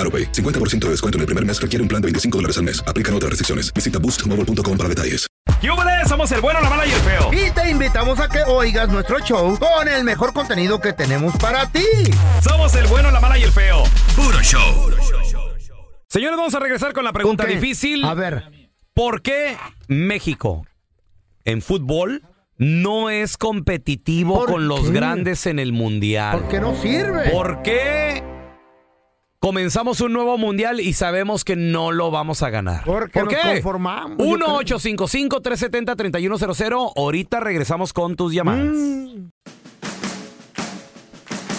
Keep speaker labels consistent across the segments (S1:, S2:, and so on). S1: AroPay. 50% de descuento en el primer mes requiere un plan de 25 dólares al mes. Aplican otras restricciones. Visita boostmobile.com para detalles.
S2: ¡Yúbales! Somos el bueno, la mala y el feo.
S3: Y te invitamos a que oigas nuestro show con el mejor contenido que tenemos para ti.
S2: Somos el bueno, la mala y el feo.
S1: Puro show.
S2: Señores, vamos a regresar con la pregunta
S3: ¿Con qué?
S2: difícil.
S3: A ver.
S2: ¿Por qué México en fútbol no es competitivo
S3: ¿Por
S2: con los
S3: qué?
S2: grandes en el mundial?
S3: ¿Por qué no sirve?
S2: ¿Por qué comenzamos un nuevo mundial y sabemos que no lo vamos a ganar?
S3: Porque nos conformamos, yo creo.
S2: 1-855-370-3100. Ahorita regresamos con tus llamadas.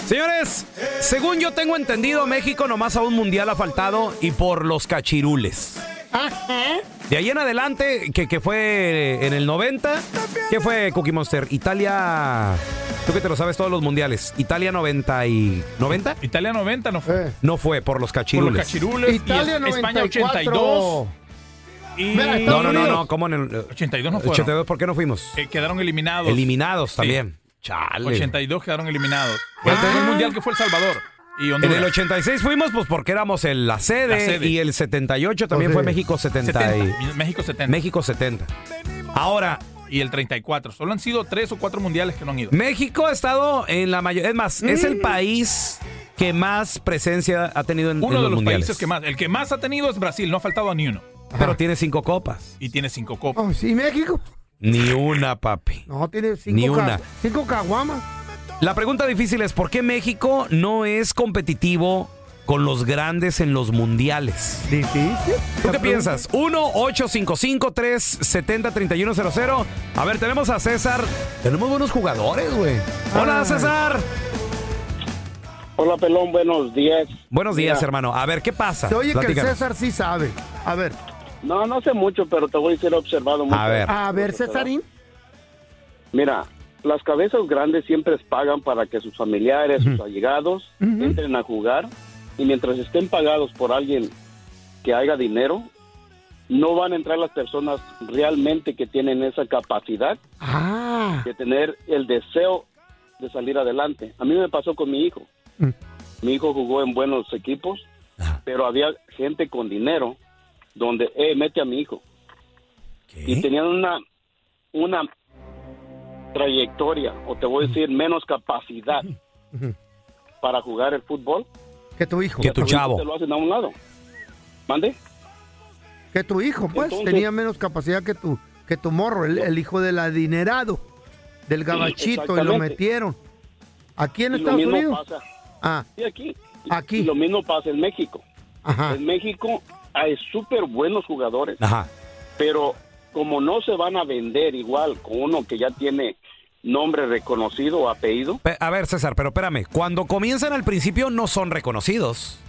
S2: Señores, según yo tengo entendido, México nomás a un mundial ha faltado y por los cachirules. De ahí en adelante, que, que fue en el 90, ¿qué fue Cookie Monster? Italia, tú que te lo sabes todos los mundiales, Italia 90 y... ¿90?
S4: Italia 90 no fue.
S3: Eh.
S2: No fue por los
S4: Por
S2: cachirules.
S4: los cachirules. y
S3: Italia
S4: es- España
S3: 94.
S4: 82. Y
S3: Mira,
S2: No,
S3: Estados
S2: no, no,
S3: Unidos.
S2: no, ¿cómo en el... eh,
S4: 82 Ah, no fueron.
S2: 82, ¿por qué no fuimos?
S4: Eh, quedaron eliminados.
S2: Eliminados
S4: Sí.
S2: también. Chale.
S4: 82 quedaron eliminados. Fue el
S2: Ah.
S4: primer mundial que fue El Salvador. Y
S2: En
S4: Honduras.
S2: el 86 fuimos pues porque éramos el- la, sede,
S4: La sede.
S2: y el 78 también
S3: Ok.
S2: fue México 70.
S4: 70.
S2: y-
S4: México 70.
S2: México 70. Ahora,
S4: Y el 34. Solo han sido tres o cuatro mundiales que no han ido.
S2: México ha estado en la mayoría, es más, es
S4: Mm.
S2: el país que más presencia ha tenido en, en
S4: Uno de
S2: los
S4: los
S2: mundiales.
S4: países que más. El que más ha tenido es Brasil. No ha faltado a ni uno.
S2: Pero tiene cinco copas.
S4: Y tiene cinco copas.
S3: Oh, sí, México.
S2: Ni una, papi.
S3: No, tiene cinco.
S2: Ni
S3: ca-
S2: una.
S3: Cinco caguamas.
S2: La pregunta difícil es, ¿por qué México no es competitivo con los grandes en los mundiales?
S3: Difícil.
S2: ¿Tú qué piensas? 1-855-370-3100. A ver, tenemos a César. Tenemos buenos jugadores, güey. Hola, César.
S5: Hola, Pelón, buenos días.
S2: Buenos días,
S5: Mira,
S2: hermano. A ver, ¿qué pasa?
S3: Se oye que el
S2: Platícanos.
S3: César sí sabe. A ver,
S5: No, no sé mucho, pero te voy a decir, he observado mucho.
S2: A ver.
S3: a ver, Cesarín.
S5: Mira, las cabezas grandes siempre pagan para que sus familiares, sus allegados, entren a jugar. Y mientras estén pagados por alguien que haga dinero, no van a entrar las personas realmente que tienen esa capacidad
S3: Ah,
S5: de tener el deseo de salir adelante. A mí me pasó con mi hijo.
S3: Mm.
S5: Mi hijo jugó en buenos equipos, pero había gente con dinero donde, eh, mete a mi hijo. Y tenían una, una trayectoria, o te voy a decir, menos capacidad
S3: Ujú.
S5: para jugar el fútbol.
S3: que tu hijo.
S2: Que tu chavo.
S5: Te lo hacen a un lado. ¿Mande?
S3: Que tu hijo, pues,
S5: Entonces-
S3: tenía menos capacidad que tu, que tu morro, el, el hijo del adinerado, del gabachito, y lo
S5: exactamente.
S3: metieron. Aquí en
S5: Y lo
S3: Estados
S5: mismo
S3: Unidos.
S5: pasa.
S3: Ah,
S5: Y aquí.
S3: Aquí.
S5: Y lo mismo pasa en México.
S3: ajá.
S5: En México hay súper buenos jugadores.
S2: Ajá.
S5: pero como no se van a vender igual con uno que ya tiene nombre reconocido o apellido,
S2: Pe- A ver, César, pero espérame. Cuando comienzan al principio no son reconocidos.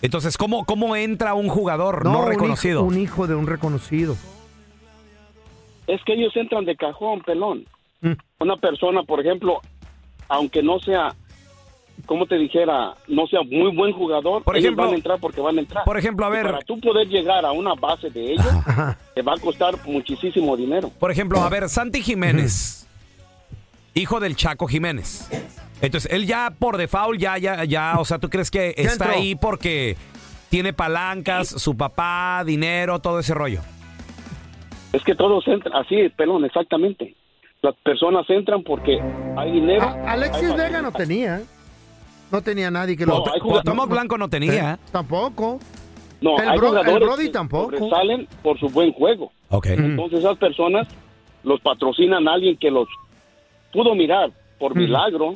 S2: Entonces, ¿cómo, cómo entra un jugador no,
S3: un hijo-
S2: reconocido?
S3: Un hijo, de un reconocido.
S5: es que ellos entran de cajón, pelón.
S3: Mm.
S5: Una persona, por ejemplo, aunque no sea como te dijera, no sea muy buen jugador,
S2: Por
S5: ellos
S2: ejemplo-
S5: van a entrar porque van a entrar.
S2: Por ejemplo, a
S5: Y
S2: ver-
S5: Para tú poder llegar a una base de ellos, te va a costar muchísimo dinero.
S2: Por ejemplo, a ver, Santi Jiménez, hijo del Chaco Jiménez. Entonces, él ya por default, ya, ya, ya, o sea, ¿tú crees que
S3: Ya
S2: está
S3: entró.
S2: ahí porque tiene palancas, su papá, dinero, todo ese rollo?
S5: Es que todos entran, así, pelón, exactamente. Las personas entran porque hay dinero.
S3: A-
S5: hay
S3: Alexis
S5: familia.
S3: Vega no tenía. ¿eh? No tenía nadie que
S5: No,
S3: lo.
S5: hay jugadores-
S2: Tomo Blanco no tenía.
S3: Eh, Tampoco.
S5: No,
S3: el
S5: hay
S3: Bro- el
S5: jugadores
S3: Brody
S5: que
S3: tampoco. Mm.
S5: sobresalen por su buen juego.
S2: Ok.
S5: Entonces esas personas los patrocinan a alguien que los pudo mirar por
S3: Mm.
S5: milagro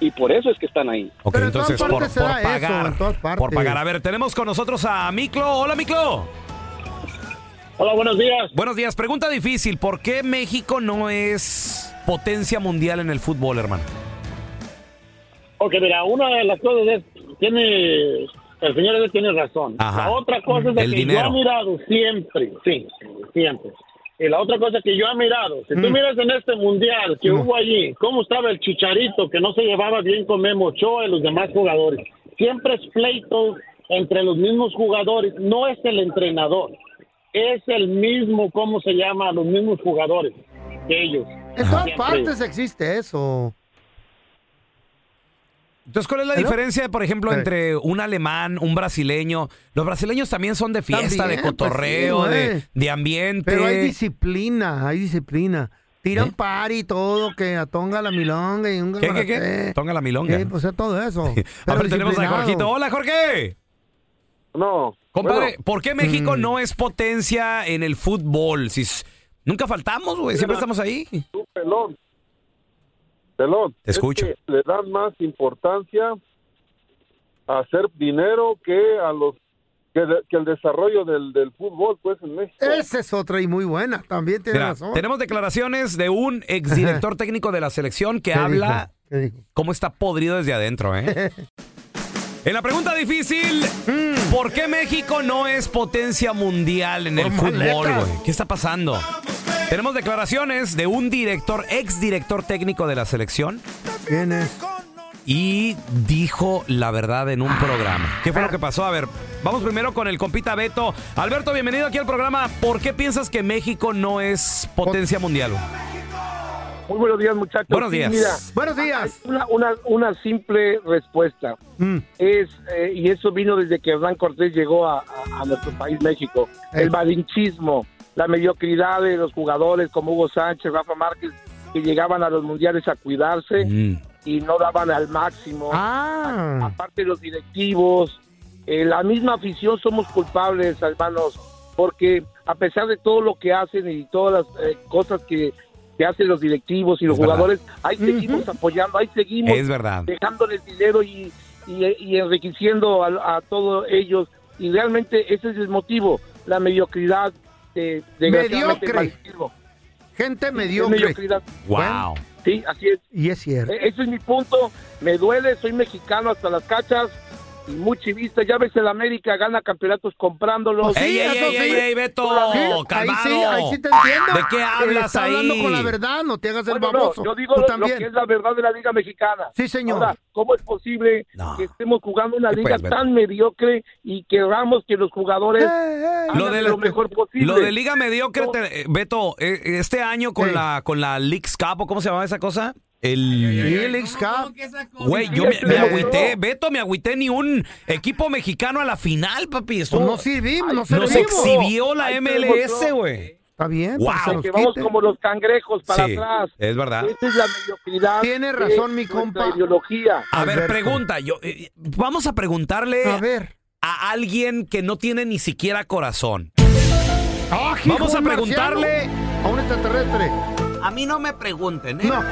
S5: y por eso es que están ahí.
S2: Ok,
S3: Pero en todas
S2: entonces por,
S3: partes se
S2: por
S3: da eso,
S2: pagar.
S3: en todas partes.
S2: Por pagar. A ver, tenemos con nosotros a Miklo. Hola, Miklo.
S5: Hola, buenos días.
S2: Buenos días. Pregunta difícil. ¿Por qué México no es potencia mundial en el fútbol, hermano?
S5: Ok, mira, una de las cosas es, tiene, el señor Eder tiene razón.
S2: Ajá.
S5: La otra cosa es de
S2: El
S5: que
S2: dinero.
S5: yo he mirado siempre, sí, siempre. Y la otra cosa que yo he mirado, si
S2: Mm.
S5: tú miras en este mundial que hubo allí, cómo estaba el chicharito que no se llevaba bien con Memo Ochoa y los demás jugadores. Siempre es pleito entre los mismos jugadores, no es el entrenador, es el mismo, ¿cómo se llama? Los mismos jugadores que ellos.
S3: En todas
S5: Siempre.
S3: partes existe eso.
S2: Entonces, ¿cuál es la
S3: ¿Hello?
S2: diferencia, por ejemplo,
S3: Eh.
S2: entre un alemán, un brasileño? Los brasileños también son de fiesta,
S3: También,
S2: de
S3: pues,
S2: cotorreo,
S3: sí,
S2: de-
S3: güey.
S2: de, ambiente.
S3: Pero hay disciplina, hay disciplina. Tiran
S2: ¿Eh?
S3: par y todo, que atonga la milonga y un
S2: ¿Qué, qué, qué?
S3: gabarate.
S2: Tonga la milonga.
S3: Sí, pues es todo eso.
S2: Ah,
S3: Pero
S2: pero tenemos a
S3: disciplinado.
S2: Jorgito. Hola, Jorge.
S5: No.
S2: Compadre,
S5: bueno.
S2: ¿por qué México
S3: Mm.
S2: no es potencia en el fútbol? Si s- nunca faltamos, güey. Siempre estamos ahí.
S6: tú, pelón. Pelón.
S2: Te
S6: es
S2: escucho.
S6: que le dan más importancia a hacer dinero que a los que, de- que el desarrollo del, del fútbol, pues en México.
S3: Esa es otra y muy buena. También tiene
S2: Mira,
S3: razón.
S2: tenemos declaraciones de un exdirector técnico de la selección que
S3: ¿Qué
S2: habla
S3: dijo? ¿Qué dijo?
S2: cómo está podrido desde adentro, ¿eh? En la pregunta difícil, ¿por qué México no es potencia mundial en el
S3: Por
S2: fútbol,
S3: maletas.
S2: güey? ¿Qué está pasando? Tenemos declaraciones de un director, ex director técnico de la selección,
S3: ¿Quién es?
S2: y dijo la verdad en un programa. ¿Qué fue lo que pasó? A ver, vamos primero con el compita Beto. Alberto, bienvenido aquí al programa. ¿Por qué piensas que México no es potencia mundial? güey?
S6: Muy buenos días, muchachos.
S2: Buenos
S6: Sí,
S2: días.
S6: mira,
S3: Buenos días.
S6: una, una, una simple respuesta.
S3: Mm.
S6: es eh, Y eso vino desde que Hernán Cortés llegó a, a- a nuestro país, México.
S3: Eh.
S6: El malinchismo, la mediocridad de los jugadores como Hugo Sánchez, Rafa Márquez, que llegaban a los mundiales a cuidarse
S2: Mm.
S6: y no daban al máximo.
S3: Ah,
S6: aparte los directivos, eh, la misma afición somos culpables, hermanos, porque a pesar de todo lo que hacen y todas las eh, cosas que, que hacen los directivos y los
S2: Es verdad.
S6: jugadores, ahí seguimos apoyando, ahí seguimos
S2: Es verdad.
S6: dejándoles dinero y, y- y enriqueciendo a, a todos ellos. Y realmente ese es el motivo, la mediocridad eh, de...
S3: Mediocre. gente mediocre.
S6: mediocridad.
S2: Wow.
S6: Sí, así es.
S3: Y es cierto.
S6: E- Ese es mi punto. Me duele, soy mexicano hasta las cachas y muy chivista. Ya ves, el América gana campeonatos comprándolos.
S3: Pues sí,
S2: ey, ey,
S3: eso
S2: ey,
S3: sí.
S2: ey, ey, Beto,
S3: Sí,
S2: calmado.
S3: Ahí sí, ahí sí te entiendo.
S2: ¿De qué hablas
S3: Está
S2: ahí?
S3: hablando con la verdad, no te hagas el
S6: Bueno, no,
S3: baboso.
S6: yo digo
S3: Tú
S6: lo, lo
S3: también.
S6: que es la verdad de la Liga Mexicana.
S3: Sí, señor.
S6: Ahora, ¿cómo es posible
S2: No.
S6: que estemos jugando una
S2: ¿Qué
S6: liga
S2: puedes, Beto?
S6: tan mediocre y queramos que los jugadores
S3: Eh, eh,
S6: hagan
S2: Lo
S6: lo,
S2: de la-
S6: mejor posible?
S2: Lo de Liga Mediocre, te- eh, Beto, eh, este año con
S3: Sí.
S2: la con la Leagues Cup, ¿o ¿cómo se llamaba esa cosa? El
S3: Felix Cup.
S2: güey, yo me,
S6: Sí,
S2: me
S3: pero-
S2: agüité, Beto, me agüité ni un equipo mexicano a la final, papi. Estuvo-
S3: Pues no sirvimos, no
S2: nos
S3: servimos.
S2: exhibió la
S6: Ahí te
S2: MLS,
S6: demostró.
S2: güey.
S3: Está bien, pues.
S2: Wow.
S3: pero se nos
S6: que vamos
S3: quite.
S6: como los cangrejos para
S2: Sí,
S6: atrás.
S2: es verdad.
S6: Esa es la mediocridad.
S3: Tiene
S6: de
S3: razón, mi
S6: nuestra
S3: compa.
S6: ideología.
S2: A ver,
S3: Alberto.
S2: pregunta, yo eh, vamos a preguntarle
S3: A ver.
S2: a alguien que no tiene ni siquiera corazón.
S3: Ah, hijo,
S2: Vamos a
S3: un marciano.
S2: preguntarle-
S3: a un extraterrestre.
S2: A mí no me pregunten, ¿eh?
S3: No,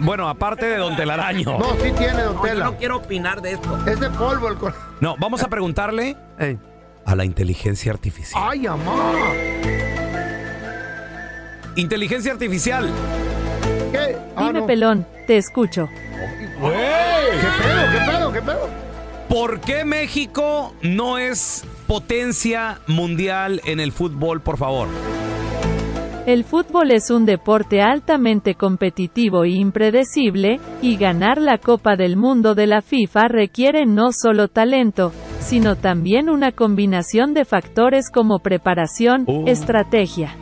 S2: Bueno, aparte de Don Telaraño.
S3: no, sí tiene, don Tela.
S2: quiero opinar de esto.
S3: Es de polvo el col...
S2: No, vamos a preguntarle
S3: Ey.
S2: a la inteligencia artificial.
S3: Ay, amá.
S2: Inteligencia artificial.
S3: ¿Qué? Ah,
S7: Dime,
S3: no.
S7: pelón, te escucho.
S3: ¿Qué pedo, qué pedo, qué pedo?
S2: ¿Por qué México no es potencia mundial en el fútbol, por favor?
S7: El fútbol es un deporte altamente competitivo e impredecible, y ganar la Copa del Mundo de la FIFA requiere no solo talento, sino también una combinación de factores como preparación,
S3: Oh.
S2: Uh.
S7: estrategia,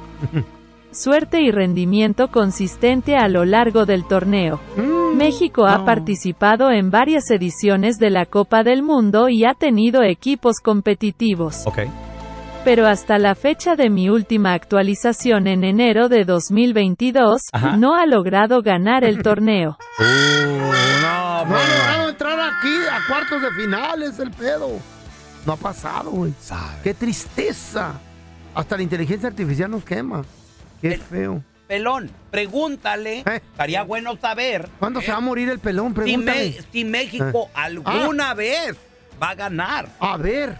S7: suerte y rendimiento consistente a lo largo del torneo.
S3: Mm,
S7: México ha participado en varias ediciones de la Copa del Mundo y ha tenido equipos competitivos
S2: Ok.
S7: pero hasta la fecha de mi última actualización en enero de 2022,
S2: Ajá.
S7: no ha logrado ganar el torneo.
S2: no,
S3: No ha
S2: pues,
S3: logrado entrar aquí a cuartos de final, es el pedo. No ha pasado, güey.
S2: Sabe.
S3: ¡Qué tristeza! Hasta la inteligencia artificial nos quema. ¡Qué feo!
S8: Pelón, pregúntale.
S3: Eh.
S8: Estaría bueno saber
S3: ¿Cuándo se va a morir el pelón?
S8: si,
S3: Pregúntale. Ah.
S8: Me- si México alguna vez va a ganar.
S3: A ver.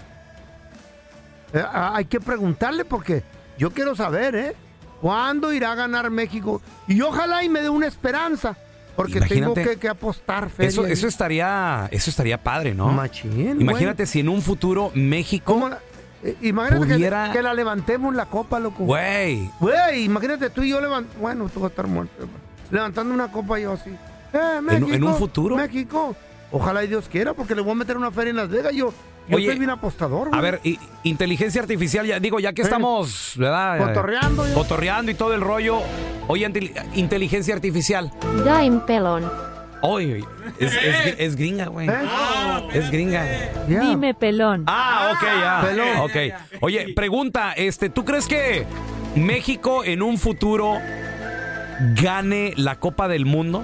S3: Eh, a- hay que preguntarle porque yo quiero saber, ¿eh? ¿Cuándo irá a ganar México? Y ojalá y me dé una esperanza. Porque
S2: Imagínate.
S3: tengo que, que apostar, feria
S2: Eso,
S3: ahí.
S2: eso estaría, eso estaría padre, ¿no?
S3: Machín,
S2: Imagínate
S3: güey.
S2: si en un futuro México,
S3: ¿Cómo la- eh, imagínate que-
S2: pudiera-
S3: que, la levantemos la copa, loco.
S2: güey,
S3: Güey, imagínate tú y yo levantando. Bueno, tú vas a estar muerto. hermano. Levantando una copa yo así. Eh, México.
S2: en un futuro?
S3: México. Ojalá y Dios quiera, porque le voy a meter una feria en Las Vegas. Yo, yo
S2: Oye,
S3: soy bien apostador, güey.
S2: A ver, i- inteligencia artificial, ya digo, ya que
S3: Eh.
S2: estamos, ¿verdad? Eh,
S3: Cotorreando, ya.
S2: Cotorreando y todo el rollo. Oye, antil- inteligencia artificial.
S9: Dime pelón.
S2: Oye, es, es- es gringa, güey.
S3: ¿Eh?
S2: Es gringa.
S3: Ya.
S7: Dime pelón.
S2: Ah, ok, ya.
S3: Pelón.
S2: Ok. Oye, pregunta, este, ¿tú crees que México en un futuro gane la Copa del Mundo?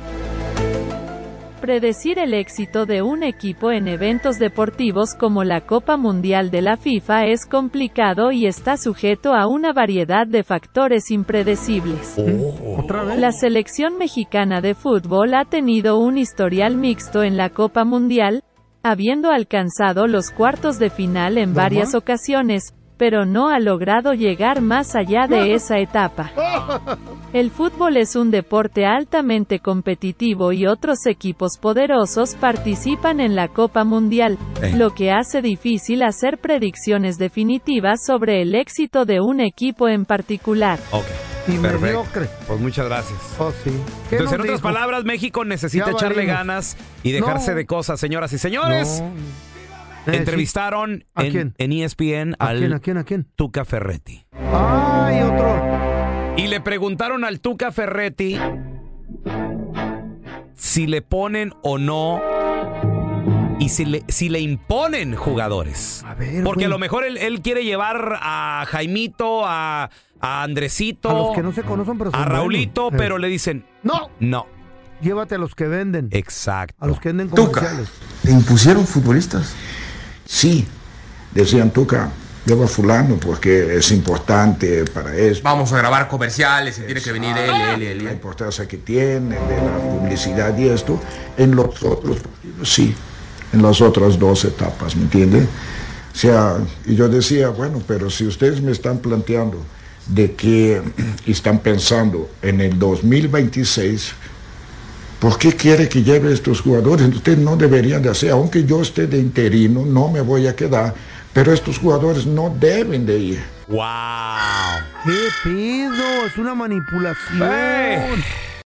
S7: Predecir el éxito de un equipo en eventos deportivos como la Copa Mundial de la FIFA es complicado y está sujeto a una variedad de factores impredecibles.
S2: Oh.
S10: Oh.
S3: Otra vez.
S7: La selección mexicana de fútbol ha tenido un historial mixto en la Copa Mundial, habiendo alcanzado los cuartos de final en
S3: ¿Nomás?
S7: varias ocasiones, pero no ha logrado llegar más allá de esa etapa. El fútbol es un deporte altamente competitivo y otros equipos poderosos participan en la Copa Mundial,
S3: Eh.
S7: lo que hace difícil hacer predicciones definitivas sobre el éxito de un equipo en particular.
S2: Ok.
S3: Y
S2: Perfecto.
S3: mediocre.
S2: Pues muchas gracias.
S3: Oh, sí. ¿Qué
S2: Entonces,
S3: nos
S2: en otras
S3: dijo?
S2: palabras, México necesita
S3: Ya
S2: echarle
S3: valimos.
S2: ganas y dejarse
S3: No.
S2: de cosas, señoras y
S3: No. Eh,
S2: señores. Entrevistaron
S3: ¿A
S2: en,
S3: quién?
S2: en E ESPN
S3: ¿A quién? ¿A
S2: al
S3: quién? ¿A quién? Pues
S2: Tuca Ferretti.
S3: Ay, otro.
S2: Y le preguntaron al Tuca Ferretti si le ponen o no y si le, si le imponen jugadores.
S3: A ver,
S2: Porque a
S3: güey.
S2: lo mejor él, él quiere llevar a Jaimito, a, a Andresito,
S3: A los que
S2: a,
S3: no se conocen, pero son
S2: Raulito,
S3: buenos. Eh,
S2: pero le dicen,
S3: No,
S2: no,
S3: llévate a los que venden.
S2: exacto.
S3: A los que venden comerciales.
S10: ¿Te impusieron futbolistas? Sí, decían Tuca, lleva a fulano porque es importante para eso.
S8: Vamos a grabar comerciales y tiene que venir él,
S10: La importancia que tiene de la publicidad y esto. En los otros partidos, Pues, sí, en las otras dos etapas, ¿me entiende? O sea, y yo decía, bueno, pero si ustedes me están planteando de que están pensando en el 2026, ¿Por qué quiere que lleve estos jugadores? Ustedes no deberían de hacer, aunque yo esté de interino, no me voy a quedar, pero estos jugadores no deben de ir.
S2: ¡Wow!
S3: ¿Qué pido? Es una manipulación.
S2: Ey.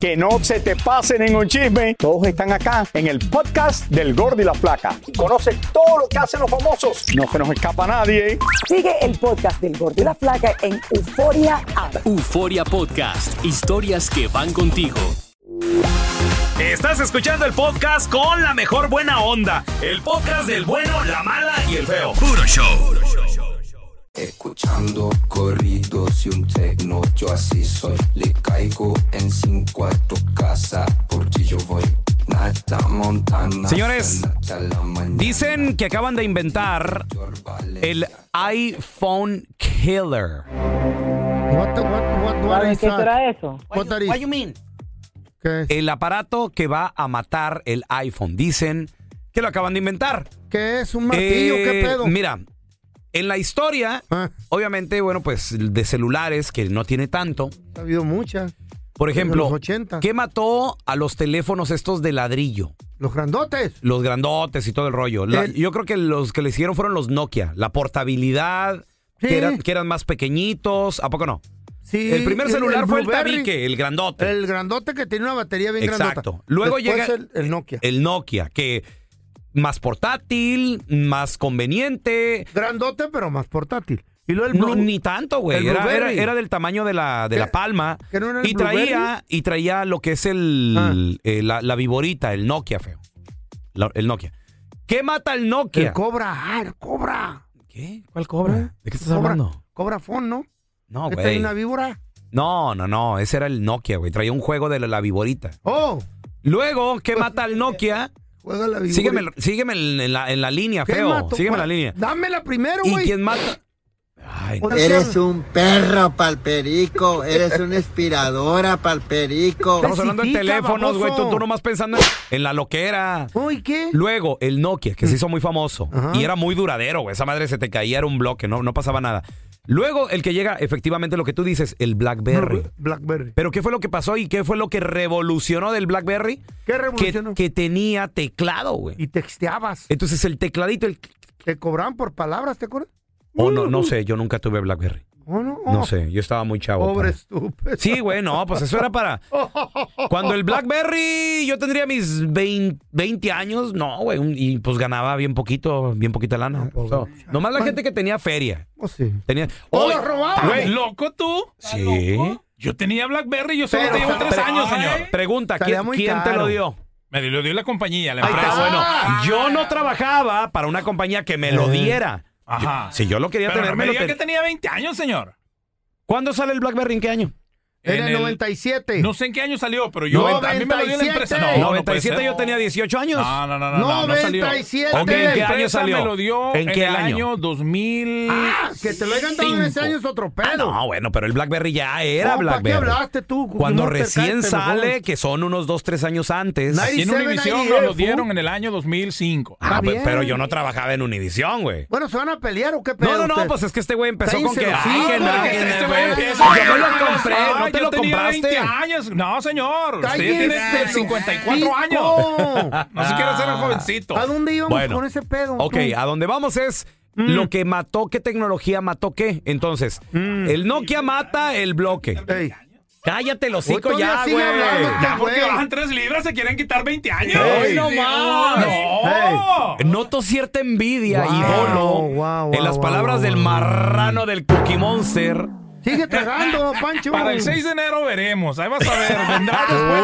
S11: Que no se te pase ningún chisme. Todos están acá en el podcast del Gordi y la Flaca. Y conoce todo lo que hacen los famosos. No se nos escapa nadie.
S12: Sigue el podcast del Gordo y la Flaca en Euforia App.
S13: Euforia Podcast, historias que van contigo.
S14: Estás escuchando el podcast con la mejor buena onda. El podcast del bueno, la mala y el feo. Puro show.
S15: Escuchando corridos y un tecno, yo así soy. Le caigo en cinco a tu casa, por ti yo voy. Nata Montana.
S2: Señores,
S15: hasta la mañana.
S2: Dicen que acaban de inventar el iPhone Killer.
S3: what
S16: ¿Sabes
S3: is
S16: qué
S3: that?
S16: será eso?
S3: What that is?
S16: What you mean?
S2: El aparato que va a matar el iPhone. Dicen que lo acaban de inventar. Eh,
S3: ¿Qué es? ¿Un martillo? ¿Qué pedo? Ah.
S2: Mira, en la historia, obviamente, bueno, pues de celulares, que no tiene tanto.
S3: Ha habido muchas.
S2: Por
S3: Desde
S2: ejemplo,
S3: los 80.
S2: ¿qué mató a los teléfonos estos de ladrillo?
S3: Los grandotes.
S2: Los grandotes y todo el rollo. La- yo creo que los que le hicieron fueron los Nokia. La portabilidad, que, eran, que eran más pequeñitos. ¿A poco no?
S3: Sí,
S2: El primer
S3: el-
S2: celular
S3: el
S2: fue el
S3: Blueberry.
S2: tabique, el grandote.
S3: El grandote que tiene una batería bien grandota.
S2: Exacto. Luego
S3: Después
S2: llega
S3: el- el Nokia.
S2: El Nokia, que más portátil, más conveniente.
S3: Grandote, pero más portátil. Y luego el
S2: No,
S3: Blue-
S2: ni tanto, güey.
S3: el
S2: Era, era-
S3: Blueberry.
S2: era del tamaño de la, de la palma.
S3: que no era el
S2: y traía,
S3: Blueberry? Ah.
S2: y traía lo que es el, eh, la, la viborita, el Nokia, feo. La- el Nokia. ¿Qué mata el Nokia?
S3: El Cobra. Ah, el Cobra. Ah,
S2: ¿Qué? ¿Cuál Cobra? ¿De qué estás hablando?
S3: Cobra Phone, ¿no?
S2: No,
S3: Que
S2: güey.
S3: trae una víbora.
S2: No, no, no. Ese era el Nokia, güey. Traía un juego de la, la viborita.
S3: ¡Oh!
S2: Luego, ¿qué mata el Nokia?
S3: Juega la víbora.
S2: Sígueme, sígueme en, en la, en la línea,
S3: ¿Qué
S2: feo.
S3: mato?
S2: Sígueme en la
S3: ¿Cuál?
S2: línea.
S3: Dámela primero,
S2: ¿Y
S3: güey.
S2: quién mata?
S17: Eres un perro, palperico. Eres una inspiradora, palperico.
S2: Estamos hablando de teléfonos, güey. Tú, tú nomás pensando en la loquera.
S3: Uy, ¿qué?
S2: Luego, el Nokia, que se hizo muy famoso. Y era muy duradero, güey. Esa madre se te caía, era un bloque, no, no pasaba nada. Luego, el que llega, efectivamente, lo que tú dices, el BlackBerry.
S3: Blackberry.
S2: ¿Pero qué fue lo que pasó y qué fue lo que revolucionó del BlackBerry?
S3: ¿Qué
S2: revolucionó? Que, que tenía teclado, güey.
S3: Y texteabas.
S2: Entonces, el tecladito, el...
S3: Te cobraban por palabras, ¿te acuerdas?
S2: Oh, no, no sé, yo nunca tuve BlackBerry.
S3: ¿O no?
S2: No sé, yo estaba muy chavo.
S3: Oh. Pobre
S2: para-
S3: estúpido.
S2: Sí, güey, no, pues eso era para... Cuando el BlackBerry, yo tendría mis 20, 20 años, no, güey, un- y pues ganaba bien poquito, bien poquita lana. So, nomás la gente que tenía feria.
S3: Pues sí.
S2: Tenía...
S4: ¡Oh,
S2: ¡Oye!
S4: Güey,
S2: Güey,
S4: loco tú.
S2: Sí.
S4: Yo tenía BlackBerry, yo solo
S2: Pero,
S4: te llevo
S2: pero-
S4: tres años,
S2: Ay.
S4: señor.
S2: Pregunta, ¿quién- Salía muy quién te caro. Ah. lo dio?
S4: Me lo dio la compañía, la
S2: Ahí
S4: empresa.
S2: está, bueno, yo no trabajaba para una compañía que me lo
S4: Eh.
S2: diera.
S4: Ajá.
S2: Si yo lo quería
S4: Pero
S2: tener,
S4: no me
S2: me lo
S4: diga que
S2: ten-
S4: tenía 20 años, señor.
S2: ¿Cuándo sale el BlackBerry? ¿En qué año?
S3: En el 97.
S4: No sé en qué año salió, pero yo. A mí me lo dio la empresa. No, no puede
S2: 97
S4: ser.
S2: yo tenía 18 años.
S4: No, no, no, no, no, no salió.
S3: 97.
S2: Ok, ¿en qué
S4: La
S2: año
S4: empresa
S2: salió?
S4: Me lo dio
S2: ¿En qué
S4: el
S2: año?
S4: 2000.
S3: Ah, que te lo hayan dado en ese año es otro pedo.
S2: Ah, No, bueno, pero el BlackBerry ya era
S3: No, ¿para
S2: BlackBerry.
S3: qué hablaste tú?
S2: Cuando
S3: No te
S2: recién
S3: caes,
S2: sale,
S3: mejor.
S2: que son unos 2, 3 años antes.
S4: Aquí en Univision nos lo dieron en el año 2005.
S2: Ah, pe-
S3: bien.
S2: pero yo no trabajaba en Univision, güey.
S3: Bueno, ¿se van a pelear o qué pedo?
S2: No, no, no,
S3: ustedes?
S2: pues es que este güey empezó con
S3: Cállense
S2: que.
S3: los
S2: Ay, que
S3: hijos,
S2: nada,
S3: porque
S2: que
S3: este
S2: nada,
S3: güey
S2: güey.
S3: empieza a Ah,
S2: Yo me
S3: llorar.
S2: lo compré,
S3: Ay,
S2: no te
S3: yo
S2: lo
S3: tenía
S2: compraste.
S4: 20 años. No, señor. Usted
S3: Cállense
S4: tiene
S3: los
S4: 54
S3: hijos.
S4: años. No se quiere hacer el jovencito.
S3: Ah. ¿A dónde íbamos
S2: Bueno.
S3: con Mm. ese pedo?
S2: Ok, a donde vamos es lo que mató, qué tecnología mató qué. Entonces,
S3: Mm.
S2: el Nokia mata el bloque. Cállate, los
S4: Hoy
S2: hocico
S4: todavía
S2: ya,
S4: sigue
S2: güey.
S4: hablando este
S3: pues,
S2: Ya,
S4: güey.
S2: porque bajan-
S4: 3 libras, se quieren quitar 20 años.
S2: ¡Ey, no
S4: Sí,
S2: más!
S4: No.
S2: Ey. Noto cierta envidia y
S4: Wow,
S2: dolo
S4: wow,
S2: en las
S4: wow,
S2: palabras
S4: wow,
S2: del marrano del Cookie Monster.
S3: Sigue tragando, Pancho.
S4: Para el 6 de enero veremos. Ahí vas a ver. Vendrá después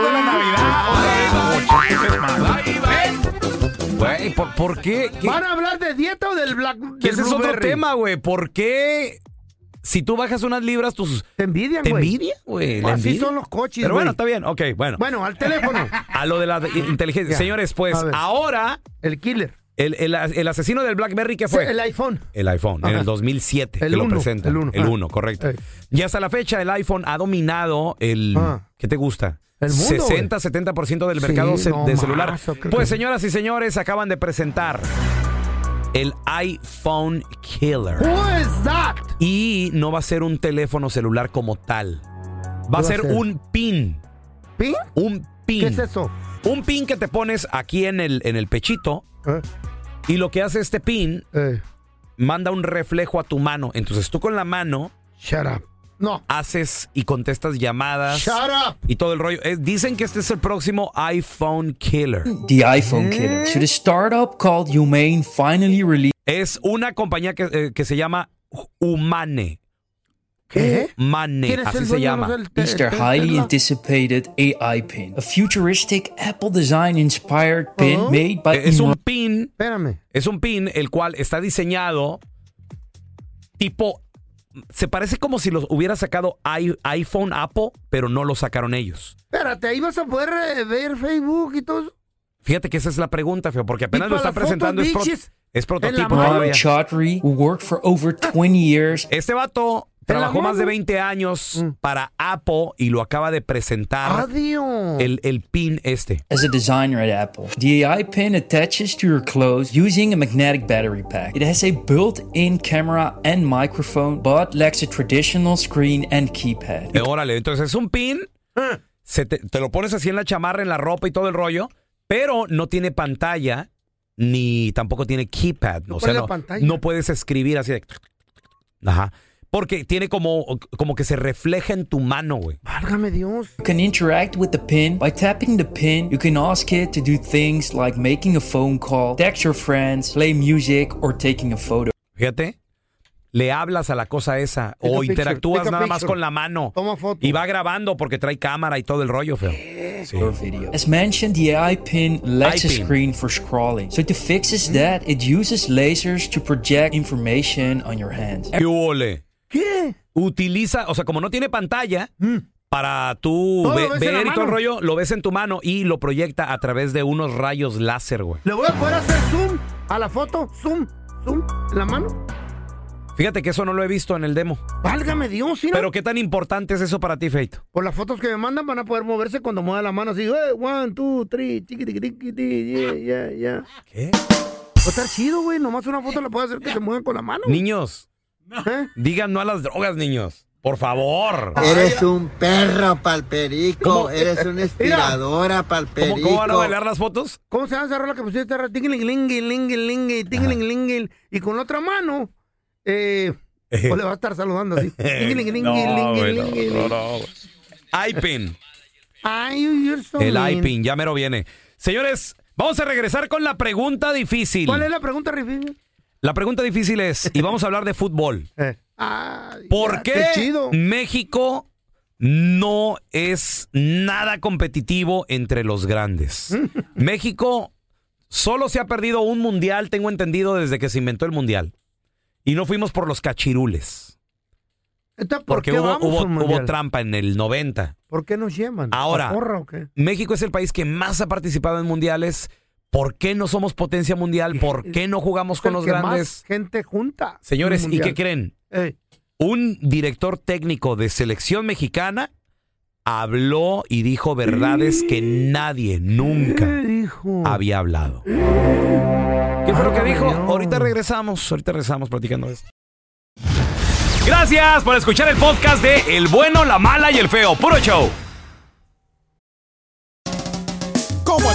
S4: de la Navidad.
S2: Güey, ¿por, por qué? ¿Qué-
S3: ¿Van a hablar de dieta o del black?
S2: que
S3: del
S2: ese es otro
S3: blueberry?
S2: tema, güey. ¿Por qué si tú bajas unas libras, tus... Te
S3: envidian,
S2: Te
S3: güey.
S2: envidia, güey. la
S3: Así
S2: envidia.
S3: son los coches,
S2: Pero bueno,
S3: güey.
S2: está bien. Ok, bueno.
S3: Bueno, al teléfono.
S2: A lo de la de- inteligencia.
S3: Ya.
S2: Señores, pues
S3: A ver.
S2: ahora...
S3: El killer.
S2: El, el as- el asesino del BlackBerry, ¿qué fue?
S3: El iPhone.
S2: El iPhone, en
S3: Ajá.
S2: el 2007,
S3: El
S2: que lo
S3: uno,
S2: presentan.
S3: el
S2: El
S3: uno.
S2: 1.
S3: Ah.
S2: correcto. Y hasta la fecha, el iPhone ha dominado el... ¿Qué te gusta?
S3: Ah. El mundo,
S2: 60, 70% del
S3: Sí,
S2: mercado ce-
S3: no
S2: de
S3: más,
S2: celular.
S3: yo creo
S2: Pues,
S3: que-
S2: señoras y señores, acaban de presentar el iPhone Killer.
S3: Who is that?
S2: Y no va a ser un teléfono celular como tal.
S3: ¿Qué
S2: Va a ser un pin.
S3: ¿Pin?
S2: Un pin.
S3: ¿Qué es eso?
S2: Un pin que te pones aquí en el, en el pechito.
S3: Ah.
S2: Y lo que hace
S3: Eh.
S2: este pin, manda un reflejo a tu mano. Entonces tú con la mano
S3: Shut up. No.
S2: Haces y contestas llamadas.
S3: Shut up.
S2: Y todo el rollo. Es- dicen que este es el próximo iPhone Killer.
S16: The iPhone killer. So the startup called Humane finally released.
S2: Es una compañía que, eh, que se llama Humane.
S3: ¿Qué?
S2: Humane, así se llama.
S16: It's their highly anticipated AI pin, a futuristic Apple design inspired pin made by
S2: Es un
S16: Iman-
S2: pin.
S3: Espérame.
S2: Es un pin el cual está diseñado tipo. Se parece como si los hubiera sacado i- iPhone Apple, pero no lo sacaron ellos.
S3: Espérate, ahí vas a poder eh, ver Facebook y todo. eso?
S2: Fíjate que esa es la pregunta, feo, porque apenas
S3: Y
S2: lo
S3: para
S2: está
S3: las fotos,
S2: presentando. Es, pro-
S3: bitches,
S2: es prototipo
S16: Ron
S2: todavía.
S16: Chaudhry, who worked for over 20 years.
S2: Este vato Trabajó más de 20 años
S3: Mm.
S2: para Apple y lo acaba de presentar
S3: Adiós.
S2: el, el pin este.
S16: As a designer at Apple, the AI pin attaches to your clothes using a magnetic battery pack. It has a built in camera and microphone, but lacks a traditional screen and keypad.
S2: Eh, órale, entonces es un pin.
S3: Ah.
S2: Se te, te lo pones así en la chamarra, en la ropa y todo el rollo, pero no tiene pantalla ni tampoco tiene keypad. o sea,
S3: la
S2: no,
S3: pantalla.
S2: no puedes escribir así de. Ajá. Porque tiene como, como que se refleja en tu mano, güey.
S3: Válgame Dios.
S16: You can interact with the pin by tapping the pin. You can ask it to do things like making a phone call, text your friends, play music, or taking a photo.
S2: Fíjate. Le hablas a la cosa esa
S16: Take a
S2: o
S16: picture,
S2: interactúas
S16: take a
S2: nada más
S16: picture.
S2: con la mano.
S3: Toma foto.
S2: Y va grabando porque trae cámara y todo el rollo, feo.
S16: Or video. As mentioned, the AI pin lacks a
S2: iPin.
S16: screen for scrolling. So to fix this that, it uses lasers to project information on your hands.
S2: ¿Qué ole? ¿Qué? Utiliza, o sea, como no tiene pantalla, para tú
S16: Mm. Todo
S2: ve-
S16: lo ves en
S2: ver
S16: la
S2: y todo el
S16: mano.
S2: rollo, lo ves en tu mano y lo proyecta a través de unos rayos láser, güey.
S3: ¿Le voy a poder hacer zoom a la foto? Zoom, zoom, en la mano.
S2: Fíjate que eso no lo he visto en el demo.
S3: Válgame Dios, mira.
S2: Pero qué tan importante es eso para ti, Feito.
S3: Por las fotos que me mandan van a poder moverse cuando mueva la mano así. eh, one, two, three, tiqui, tiqui, tiqui, tiqui, yeah, yeah, yeah.
S2: ¿Qué?
S3: Va a estar chido, güey. Nomás una foto la puedo hacer que se muevan con la mano.
S2: Niños,
S16: ¿Eh?
S2: digan no a las drogas, niños. Por favor.
S17: Eres un perro palperico,
S2: ¿Cómo?
S17: eres una inspiradora palperico.
S2: ¿Cómo, cómo van a bailar las fotos?
S3: ¿Cómo se llama esa rola que pusiste? Tingling, tingling, Y con la otra mano, eh, pues le va a estar saludando así.
S2: No, güey, no, no,
S3: Tingling,
S2: no, güey. iPin.
S3: Ay, you're so
S2: El
S3: mean.
S2: iPin, ya mero viene. Señores, vamos a regresar con la pregunta difícil.
S3: ¿Cuál es la pregunta, Rifi?
S2: La pregunta difícil es, y vamos a hablar de fútbol.
S3: Ay,
S2: ¿Por
S3: ya,
S2: qué
S3: Eh. Qué chido.
S2: México no es nada competitivo entre los grandes? México solo se ha perdido un mundial, tengo entendido, desde que se inventó el mundial. Y no fuimos por los cachirules.
S3: Entonces, ¿por
S2: Porque
S3: qué
S2: hubo,
S3: vamos
S2: hubo-
S3: al mundial?
S2: hubo trampa en el 90.
S3: ¿Por qué nos llaman?
S2: Ahora,
S3: ¿La porra o qué?
S2: México es el país que más ha participado en mundiales. ¿Por qué no somos potencia mundial? ¿Por qué no jugamos
S3: Es
S2: con
S3: el
S2: los
S3: que
S2: grandes?
S3: Más gente junta.
S2: Señores,
S3: en el
S2: ¿y qué
S3: mundial.
S2: creen?
S3: Ey.
S2: Un director técnico de selección mexicana habló y dijo verdades que nadie nunca había hablado. ¿Qué fue lo que dijo? Ahorita regresamos, ahorita regresamos platicando de esto.
S14: Gracias por escuchar el podcast de El bueno, la mala y el feo. Puro show.
S18: ¿Cómo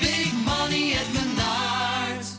S19: big money at Menards.